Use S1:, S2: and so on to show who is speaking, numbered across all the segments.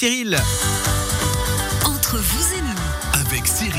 S1: Cyril.
S2: Entre vous et nous,
S3: avec Cyril.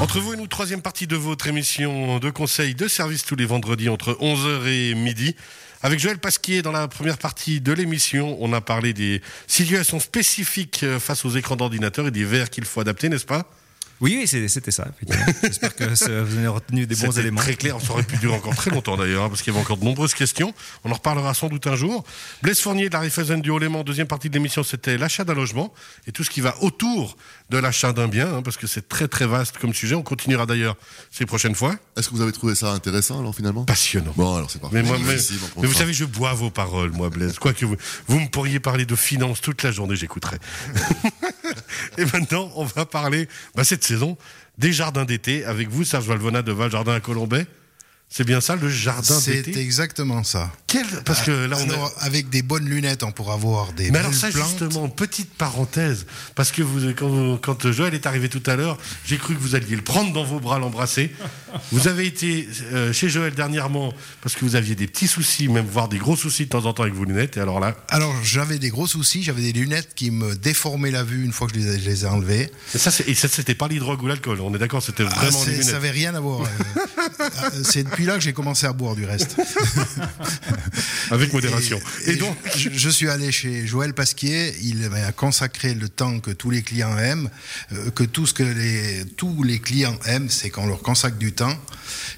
S4: Entre vous et nous, troisième partie de votre émission de conseil de service tous les vendredis entre 11h et midi. Avec Joël Pasquier, dans la première partie de l'émission, on a parlé des situations spécifiques euh, face aux écrans d'ordinateur et des verres qu'il faut adapter, n'est-ce pas
S5: Oui, oui, c'est- c'était ça. effectivement. J'espère que ça- vous avez retenu des bons
S4: C'était
S5: éléments.
S4: Très clair, ça aurait pu durer encore très longtemps d'ailleurs, hein, parce qu'il y avait encore de nombreuses questions. On en reparlera sans doute un jour. Blaise Fournier de la Raiffeisen du Haut-Léman, deuxième partie de l'émission, c'était l'achat d'un logement et tout ce qui va autour de l'achat d'un bien, hein, parce que c'est très très vaste comme sujet. On continuera d'ailleurs ces prochaines fois.
S6: Est-ce que vous avez trouvé ça intéressant alors finalement
S4: Passionnant.
S6: Bon alors c'est parfait.
S4: Mais, moi, mais,
S6: Merci, bon, pour
S4: mais vous
S6: ça.
S4: savez, je bois vos paroles, moi, Blaise. Quoi que vous, vous me pourriez parler de finances toute la journée, j'écouterais. Et maintenant, on va parler, bah, cette saison, des jardins d'été avec vous, Serge Valvona de Valjardin à Colombay. C'est bien ça, le jardin
S7: C'est
S4: d'été
S7: exactement ça.
S4: Quel- Parce que Euh,
S6: Ah,
S4: là, on a-
S7: Alors, avec des bonnes lunettes, on pourra voir des
S4: Mais
S7: belles
S4: alors ça,
S7: plantes.
S4: justement, petite parenthèse, parce que vous, quand, vous- quand Joël est arrivé tout à l'heure, j'ai cru que vous alliez le prendre dans vos bras, l'embrasser. Vous avez été euh, chez Joël dernièrement, parce que vous aviez des petits soucis, même voire des gros soucis de temps en temps avec vos lunettes, et alors là...
S7: Alors, j'avais des gros soucis, j'avais des lunettes qui me déformaient la vue une fois que je les, ai- je les ai enlevées.
S4: Et ça, c'est- et ça, c'était pas les drogues ou l'alcool, on est d'accord, c'était
S7: Ah,
S4: vraiment
S7: c'est-
S4: les
S7: ça
S4: lunettes.
S7: avait rien à voir. euh. Ah, C'est depuis là que j'ai commencé à boire du reste.
S4: Avec modération. Et, donc,
S7: je, je suis allé chez Joël Pasquier. Il m'a consacré le temps que tous les clients aiment, euh, que tout ce que les, tous les clients aiment, c'est qu'on leur consacre du temps.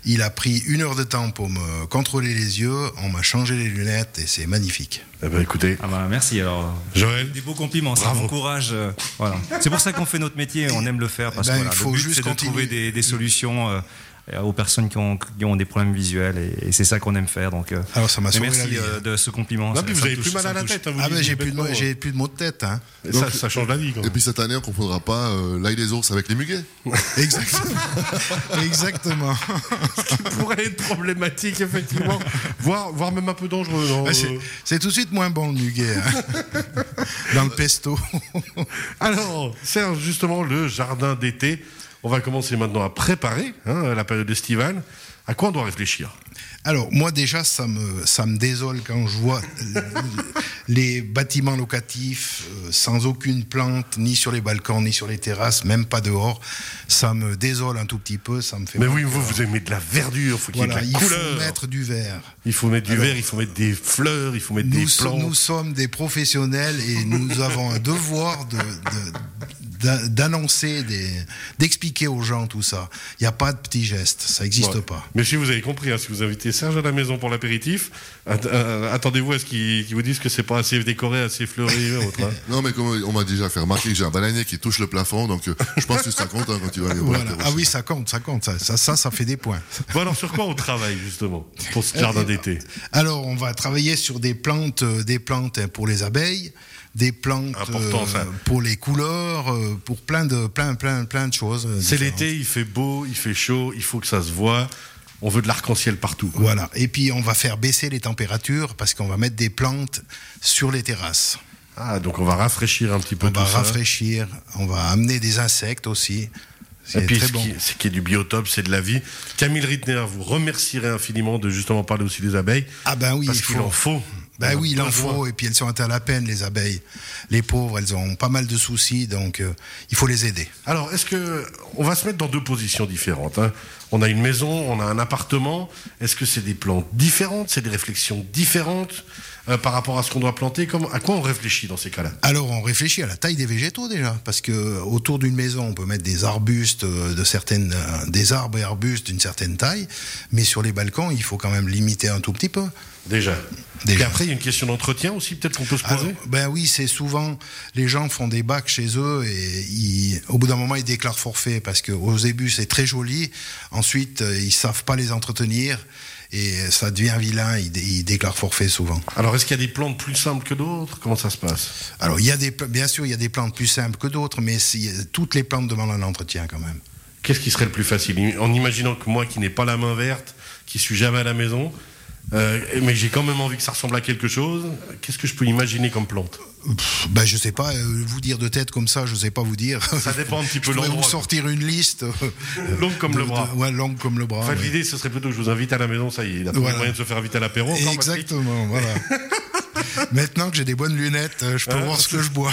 S7: Il a pris une heure de temps pour me contrôler les yeux. On m'a changé les lunettes et c'est magnifique.
S4: Eh ben, écoutez,
S5: Ah bah merci alors.
S4: Joël,
S5: Des beaux compliments, ça
S4: Bravo.
S5: m'encourage. euh, voilà. C'est pour ça qu'on fait notre métier, on aime le faire parce
S7: Eh ben,
S5: que voilà,
S7: il faut
S5: le but
S7: juste
S5: c'est de
S7: continuer.
S5: trouver des, des solutions euh, euh, aux personnes qui ont, qui ont des problèmes visuels et, et c'est ça qu'on aime faire. Donc, euh,
S7: Alors, ça m'a
S5: mais
S7: sauvé
S5: merci
S7: la vie.
S5: euh, de ce compliment.
S4: là,
S5: ça-
S4: puis
S5: ça
S4: vous
S5: me
S4: avez
S5: touche,
S4: plus mal
S5: ça
S4: à
S5: me
S4: la
S5: touche.
S4: tête. hein, vous
S7: Ah
S4: dites
S7: ben j'ai plus, de
S4: bêtement,
S7: mots- j'ai plus de mots de tête. Hein.
S4: et ça, ça change la vie quand
S6: Et
S4: même.
S6: puis cette année, on ne confondra pas euh, l'ail des ours avec les muguets.
S7: Exactement. Exactement.
S4: pourrait être problématique, effectivement, voire, voire même un peu dangereux. non,
S7: Ah, c'est-
S4: euh.
S7: C'est tout de suite moins bon le muguet. hein. Dans le pesto.
S4: Alors, Serge, justement, le jardin d'été, on va commencer maintenant à préparer hein, la période estivale. À quoi on doit réfléchir
S7: Alors, moi, déjà, ça me, ça me désole quand je vois l- les bâtiments locatifs euh, sans aucune plante, ni sur les balcons, ni sur les terrasses, même pas dehors. Ça me désole un tout petit peu. Ça me fait.
S4: Mais
S7: mal.
S4: oui, vous, vous aimez de la verdure, faut qu'il
S7: Eh ben, Voilà,
S4: y ait
S7: il
S4: de la
S7: faut
S4: couleur.
S7: mettre du verre.
S4: Il faut mettre du verre, il faut mettre des fleurs, il faut mettre des
S7: Nous, so-
S4: plantes.
S7: nous sommes des professionnels et nous avons un devoir de- de- d'a- d'annoncer, des- d'expliquer aux gens tout ça. Il n'y a pas de petits gestes, ça n'existe
S4: Ouais.
S7: pas.
S4: Mais si vous avez compris, hein, si vous invitez Serge à la maison pour l'apéritif, att- euh, attendez-vous à ce qu'il qu'il vous dise que c'est pas assez décoré, assez fleuri ou autre. hein.
S6: Non mais comme on m'a déjà fait remarquer que j'ai un bananier qui touche le plafond, donc euh, je pense que tu seras content quand tu vas aller au
S7: Voilà.
S6: balcon.
S7: Ah oui, ça compte, ça compte, ça, ça, ça, ça fait des points.
S4: Bon, alors sur quoi on travaille justement pour
S7: Eh
S4: ce jardin d'été
S7: Alors, on va travailler sur des plantes, euh, des plantes euh, pour les abeilles, des plantes euh,
S4: Important, ça.
S7: pour les couleurs, euh, pour plein de, plein, plein, plein de choses. euh,
S4: C'est
S7: différentes.
S4: l'été, il fait beau, il fait chaud, il faut que ça se voit. On veut de l'arc-en-ciel partout. quoi.
S7: Voilà. Et puis, on va faire baisser les températures parce qu'on va mettre des plantes sur les terrasses.
S4: Ah, donc on va rafraîchir un petit peu
S7: On
S4: tout
S7: va
S4: ça.
S7: rafraîchir, on va amener des insectes aussi.
S4: Et
S7: C'est
S4: puis,
S7: très
S4: ce
S7: bon.
S4: qui, ce qui est du biotope, c'est de la vie. Camille Rittner, vous remercierez infiniment de justement parler aussi des abeilles.
S7: Ah ben oui,
S4: parce
S7: il
S4: qu'il
S7: faut.
S4: en faut.
S7: Ben oui, il en
S4: besoin.
S7: faut. Et puis, elles sont à la peine, les abeilles. Les pauvres, elles ont pas mal de soucis, donc euh, il faut les aider.
S4: Alors, est-ce que on va se mettre dans deux positions différentes hein On a une maison, on a un appartement. Est-ce que c'est des plantes différentes C'est des réflexions différentes euh, par rapport à ce qu'on doit planter Comment, À quoi on réfléchit dans ces cas-là
S7: Alors on réfléchit à la taille des végétaux déjà, parce que euh, autour d'une maison on peut mettre des arbustes euh, de certaines, euh, des arbres et arbustes d'une certaine taille, mais sur les balcons il faut quand même limiter un tout petit peu.
S4: Déjà.
S7: Déjà.
S4: Et après, il y a une question d'entretien aussi, peut-être qu'on peut se
S7: Alors,
S4: poser.
S7: ben oui, c'est souvent les gens font des bacs chez eux et ils- au bout d'un moment ils déclarent forfait parce que au début c'est très joli, ensuite euh, ils savent pas les entretenir et ça devient vilain, ils, dé- ils déclarent forfait souvent.
S4: Alors, est-ce qu'il y a des plantes plus simples que d'autres Comment ça se passe
S7: Alors il y a des, pla- bien sûr il y a des plantes plus simples que d'autres, mais si- toutes les plantes demandent un entretien quand même.
S4: Qu'est-ce qui serait le plus facile En imaginant que moi, qui n'ai pas la main verte, qui suis jamais à la maison, euh, mais j'ai quand même envie que ça ressemble à quelque chose, qu'est-ce que je peux imaginer comme plante
S7: Pff, Ben, je sais pas, euh, vous dire de tête comme ça, je sais pas vous dire.
S4: Ça dépend un petit peu
S7: je
S4: de
S7: pourrais vous
S4: l'endroit.
S7: sortir une liste. euh,
S4: Longue comme
S7: de-
S4: le bras.
S7: de- ouais, longue comme le bras.
S4: Enfin,
S7: ouais.
S4: l'idée, ce serait plutôt que je vous invite à la maison, ça y est, il a trouvé
S7: Voilà.
S4: moyen de se faire inviter à l'apéro. encore, Patrick
S7: Exactement, voilà. Maintenant que j'ai des bonnes lunettes, euh, je peux
S4: Ah.
S7: voir ce que je bois.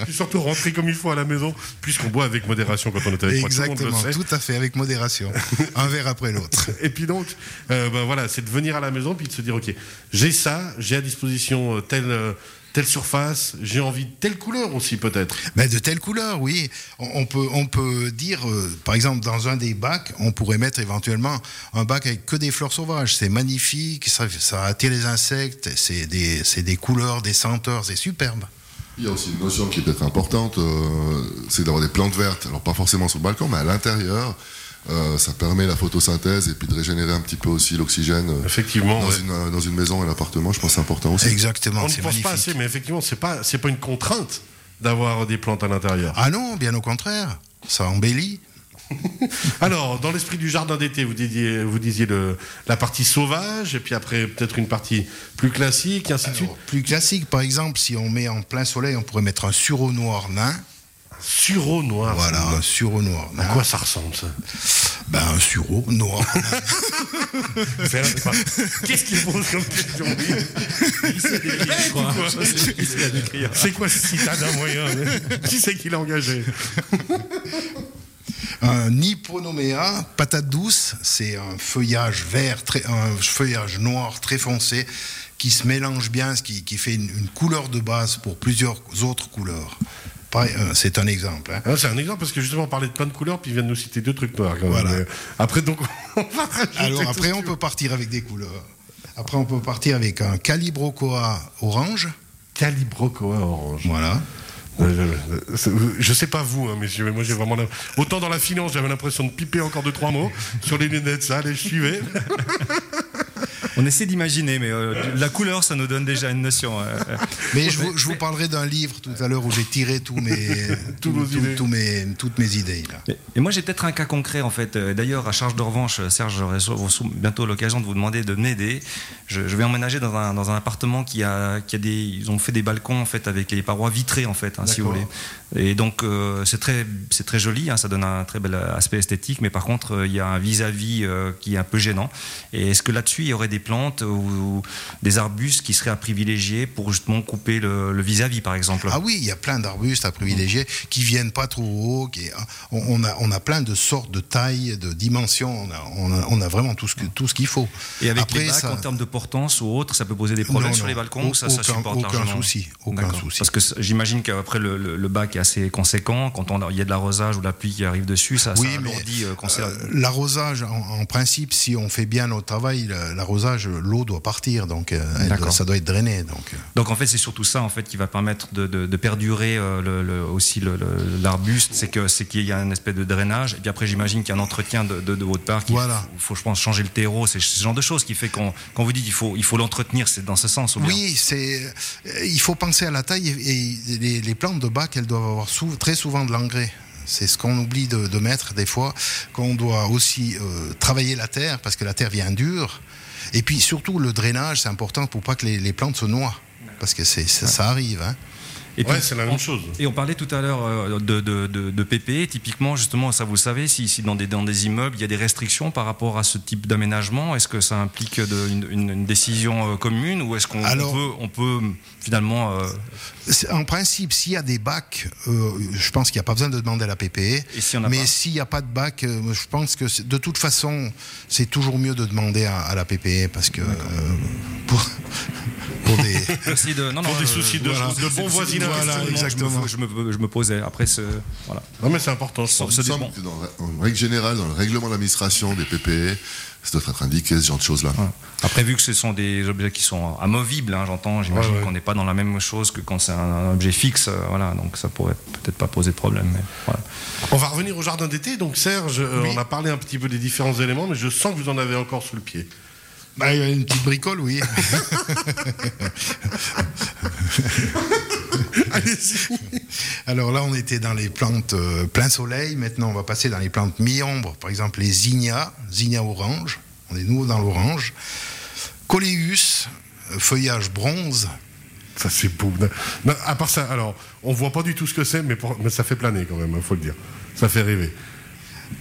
S4: Je suis surtout rentré comme il faut à la maison, puisqu'on boit avec modération quand on est avec moi, tout le monde le
S7: Exactement,
S4: sait.
S7: tout à fait, avec modération. Un verre après l'autre.
S4: Et puis donc, euh, ben voilà, c'est de venir à la maison puis de se dire ok, j'ai ça, j'ai à disposition euh, telle euh, telle surface, j'ai envie de telle couleur aussi peut-être.
S7: Mais de telles couleurs, oui. On, on peut, on peut dire, euh, par exemple, dans un des bacs, on pourrait mettre éventuellement un bac avec que des fleurs sauvages. C'est magnifique, ça, ça attire les insectes, c'est des, c'est des couleurs, des senteurs, c'est superbe.
S6: Il y a aussi une notion qui est peut-être importante, euh, c'est d'avoir des plantes vertes. Alors pas forcément sur le balcon, mais à l'intérieur, euh, ça permet la photosynthèse et puis de régénérer un petit peu aussi l'oxygène euh,
S4: Effectivement.
S6: dans,
S4: ouais.
S6: une, euh, dans une maison, un appartement. Je pense que c'est important aussi.
S7: Exactement,
S4: On ne
S7: c'est
S4: pense
S7: magnifique.
S4: pas assez, mais effectivement, c'est pas c'est pas une contrainte d'avoir des plantes à l'intérieur.
S7: Ah non, bien au contraire, ça embellit.
S4: Alors, dans l'esprit du jardin d'été, vous disiez vous disiez le la partie sauvage et puis après peut-être une partie plus classique, et ainsi de suite.
S7: Alors, plus classique, par exemple, si on met en plein soleil, on pourrait mettre un sureau noir nain.
S4: Sureau noir.
S7: Voilà, un sureau noir
S4: À
S7: nain.
S4: quoi ça ressemble ça
S7: Ben, un sureau noir.
S4: Faire- enfin, Qu'est-ce qu'il pose comme question lui Eh, Il sait décrire, je crois. C'est quoi ce citadin moyen hein Qui c'est qui l'a engagé
S7: Un hipponomea, patate douce, c'est un feuillage vert, très, un feuillage noir très foncé qui se mélange bien, ce qui, qui fait une, une couleur de base pour plusieurs autres couleurs. Pareil, euh, c'est un exemple. hein.
S4: Hein, C'est un exemple parce que justement on parlait de plein de couleurs puis il vient de nous citer deux trucs noirs. quand même.
S7: Voilà.
S4: Mais Après donc on va rajouter
S7: Alors
S4: tout ce
S7: après, on
S4: qu'il-
S7: peut partir avec des couleurs. Après, on peut partir avec un calibrocoa orange.
S4: Calibrocoa orange.
S7: Voilà.
S4: Euh, Je, je sais pas vous, hein, messieurs, mais moi j'ai vraiment. la- Autant dans la finance, j'avais l'impression de piper encore deux, trois mots. Sur les lunettes, ça allez, je suivais.
S5: On essaie d'imaginer, mais euh, la couleur, ça nous donne déjà une notion. euh, euh.
S7: Mais je vous, je vous parlerai d'un livre tout à l'heure où j'ai tiré tous mes,
S4: Tous vos
S7: tout-
S4: idées.
S7: tous mes, toutes mes idées. là.
S5: Et- Et moi, j'ai peut-être un cas concret, en fait. Euh, D'ailleurs, à charge de revanche, euh, Serge, j'aurai so- so- bientôt l'occasion de vous demander de m'aider. Je, je vais emménager dans un, dans un appartement qui a, qui a des. Ils ont fait des balcons, en fait, avec les parois vitrées, en fait, hein, si vous
S4: D'accord.
S5: voulez. Et donc, euh, c'est très, c'est très joli, hein, ça donne un très bel aspect esthétique, mais par contre, euh, il y a un vis-à-vis euh, qui est un peu gênant. Et est-ce que là-dessus, il y aurait des plantes ou, ou des arbustes qui seraient à privilégier pour justement couper le, le vis-à-vis, par exemple
S7: Ah oui, il y a plein d'arbustes à privilégier qui viennent pas trop haut. qui- hein, on, on a, on a plein de sortes de tailles, de dimensions. On a, on a- on a vraiment tout ce, que- tout ce qu'il faut.
S5: Et avec
S7: Après,
S5: les bacs,
S7: ça-
S5: en termes de portance ou autre, ça peut poser des problèmes
S7: Non,
S5: sur
S7: non.
S5: les balcons ou ça, ça
S7: Aucun-
S5: supporte
S7: aucun
S5: largement
S7: souci, aucun
S5: D'accord.
S7: souci.
S5: Parce que c- j'imagine qu'après, le, le- le bac est assez conséquent. Quand on a- il y a de l'arrosage ou de la pluie qui arrive dessus, ça,
S7: Oui,
S5: ça
S7: mais,
S5: alourdit, euh, qu'on sait-
S7: Euh, L'arrosage, en, en principe, si on fait bien notre travail, la- l'arrosage, l'eau doit partir, donc euh, elle doit-
S5: D'accord.
S7: ça doit être drainé. Donc, euh,
S5: Donc en fait, c'est surtout ça en fait, qui va permettre de, de- de perdurer euh, le- le- aussi le- le- l'arbuste. C'est que- c'est qu'il y a un espèce de drainage. Et puis après, j'imagine qu'il y a un entretien de, de- de votre part. Il
S7: Voilà.
S5: faut, je pense, changer le terreau. C'est ce genre de choses qui fait qu'on quand vous dites qu'il faut il faut l'entretenir. C'est dans ce sens. ou bien-
S7: oui, c'est, euh, il faut penser à la taille et, et les, les plantes de bac, elles doivent avoir sou- très souvent de l'engrais. C'est ce qu'on oublie de, de mettre des fois, qu'on doit aussi euh, travailler la terre parce que la terre vient dure. Et puis surtout le drainage, c'est important pour pas que les, les plantes se noient parce que c'est, ça, ça arrive. hein.
S5: Et
S4: Ouais,
S5: puis,
S4: c'est la même chose.
S5: Et on parlait tout à l'heure euh, de, de, de, de PP. Typiquement, justement, ça vous le savez, si, si dans, des, dans des immeubles, il y a des restrictions par rapport à ce type d'aménagement, est-ce que ça implique de- une, une- une décision euh, commune ou est-ce qu'on
S7: Alors-
S5: peut, on peut finalement... euh,
S7: C'est- En principe, s'il y a des bacs, euh, je pense qu'il n'y a pas besoin de demander à la PPE.
S5: Et s'il y en a
S7: mais
S5: pas
S7: s'il n'y a pas de bac, euh, je pense que c'est- de toute façon, c'est toujours mieux de demander à, à la PPE parce que euh, pour, pour des
S5: essayer de, non,
S4: Pour des soucis de- de bon
S5: c'est- c'est-
S4: voisinage.
S5: voilà,
S7: Voilà,
S5: exactement.
S7: exactement.
S5: Je me, je me posais après ce... Voilà.
S4: Non, mais c'est important, je
S5: Ce-
S4: pense.
S5: ce
S6: Il me
S5: dépend.
S6: semble que dans, en règle générale, dans le règlement d'administration des E. PPE, ça doit être indiqué ce genre de choses-là.
S4: Ah.
S5: Ouais. Après, vu que ce sont des objets qui sont amovibles, hein, j'entends, j'imagine
S4: Ouais, ouais.
S5: qu'on n'est pas dans la même chose que quand c'est un, un objet fixe, euh, voilà, donc ça pourrait peut-être pas poser de problème. mais voilà.
S4: On va revenir au jardin d'été. Donc, Serge, euh,
S7: Oui.
S4: on a parlé un petit peu des différents éléments, mais je sens que vous en avez encore sous le pied.
S7: Bah, il y a une petite bricole, oui.
S4: Allez-y.
S7: Alors là, on était dans les plantes euh, plein soleil. Maintenant, on va passer dans les plantes mi-ombre. Par exemple, les zinnia, zinnia orange. On est nouveau dans l'orange. Coléus, euh, feuillage bronze.
S4: Ça, c'est beau. Non, à part ça, hein, alors, on voit pas du tout ce que c'est, mais, pour- mais ça fait planer quand même, il faut le dire. Ça fait rêver.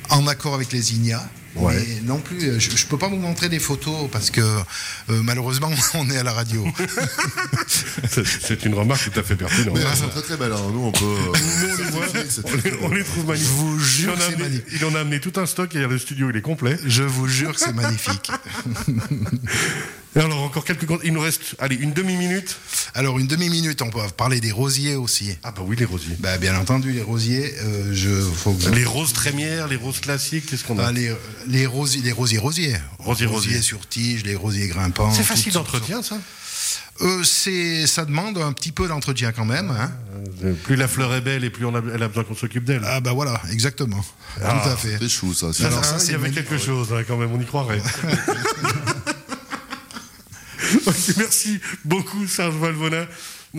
S7: en accord avec les ignas.
S4: Ouais.
S7: Mais non plus, euh, je ne peux pas vous montrer des photos parce que euh, malheureusement on est à la radio.
S4: C'est- C'est une remarque tout à fait pertinente.
S6: Mais elles sont très très belles, hein. nous on peut.
S4: Nous, on les voit,
S6: c'est-
S4: on les- on les trouve
S7: je
S4: magnifiques.
S7: vous
S4: Il
S7: jure
S4: en, a
S7: que c'est
S4: amené,
S7: magnifique.
S4: il en a amené tout un stock et le studio il est complet.
S7: Je vous jure que c'est magnifique.
S4: Et alors encore quelques comptes. Il nous reste allez, une demi-minute.
S7: Alors une demi-minute, on peut parler des rosiers aussi.
S4: Ah bah oui, les rosiers.
S7: Bah, bien entendu, les rosiers, euh, je, faut que-
S4: Les roses trémières, les roses classiques, qu'est-ce qu'on a
S7: Ah, les, les rosiers, les rosiers, rosiers.
S4: Rosiers, rosiers.
S7: sur tige, les rosiers grimpants.
S4: C'est
S7: toutes
S4: facile
S7: sortes.
S4: d'entretien ça
S7: Euh, c'est, ça demande un petit peu d'entretien quand même. hein.
S4: Euh, Plus la fleur est belle et plus on a, elle a besoin qu'on s'occupe d'elle.
S7: Ah bah voilà, exactement.
S4: Ah.
S7: Tout à fait.
S6: C'est chou ça. c'est-
S4: Ça,
S7: alors
S4: ça,
S7: ça,
S4: Ah, il
S7: c'est
S4: y avait
S7: magnifique.
S4: quelque chose hein, quand même, on y croirait. Ok, merci beaucoup Serge Valvona.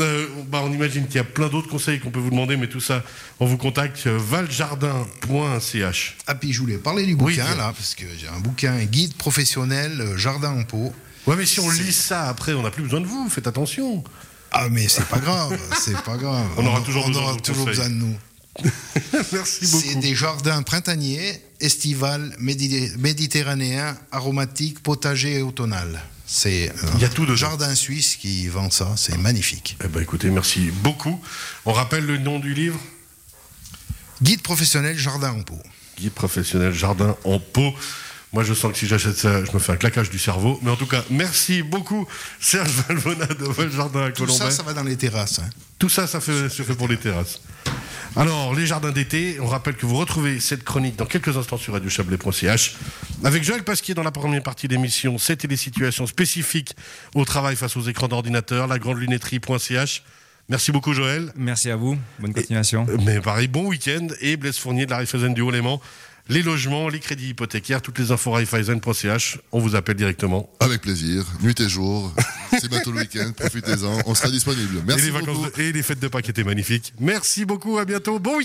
S4: Euh, bah, on imagine qu'il y a plein d'autres conseils qu'on peut vous demander, mais tout ça, on vous contacte euh, valjardin.ch.
S7: Ah puis je voulais parler du
S4: Oui,
S7: bouquin
S4: bien.
S7: là, parce que j'ai un bouquin guide professionnel euh, jardin en pot.
S4: Ouais, mais si on lit ça après, on n'a plus besoin de vous, faites attention.
S7: Ah mais c'est pas grave, c'est pas grave.
S4: On aura toujours
S7: on
S4: besoin de
S7: aura
S4: vos
S7: toujours
S4: conseils.
S7: besoin de nous.
S4: merci
S7: C'est
S4: beaucoup.
S7: des jardins printaniers, estivales, médi- méditerranéens, aromatiques, potagers et automnales. C'est euh,
S4: Il y a tout dedans.
S7: Jardin Suisse qui vend ça, c'est magnifique.
S4: Eh ben, écoutez, merci beaucoup. On rappelle le nom du livre
S7: Guide professionnel jardin en pot.
S4: Guide professionnel jardin en pot. Moi, je sens que si j'achète ça, je me fais un claquage du cerveau. Mais en tout cas, merci beaucoup, Serge Valvona de Valjardin à
S7: Tout
S4: Colombay.
S7: ça, ça va dans les terrasses. hein.
S4: Tout ça, ça fait, se fait pour les terrasses. Alors, les jardins d'été, on rappelle que vous retrouvez cette chronique dans quelques instants sur radiochablais.ch. Avec Joël Pasquier dans la première partie de l'émission, c'était les situations spécifiques au travail face aux écrans d'ordinateur, la grande lunetterie.ch. Merci beaucoup, Joël. Euh,
S5: Merci à vous. Bonne continuation.
S4: Mais pareil, bon week-end et Blaise Fournier de la Raiffeisen du Haut-Léman. Les logements, les crédits hypothécaires, toutes les infos raiffeisen.ch. On vous appelle directement.
S6: Avec plaisir, nuit et jour. C'est bientôt le week-end, profitez-en. On sera disponible.
S4: et
S6: Merci
S4: les
S6: beaucoup.
S4: vacances de- et les fêtes de Pâques étaient magnifiques. Merci beaucoup, à bientôt. Bon week-end.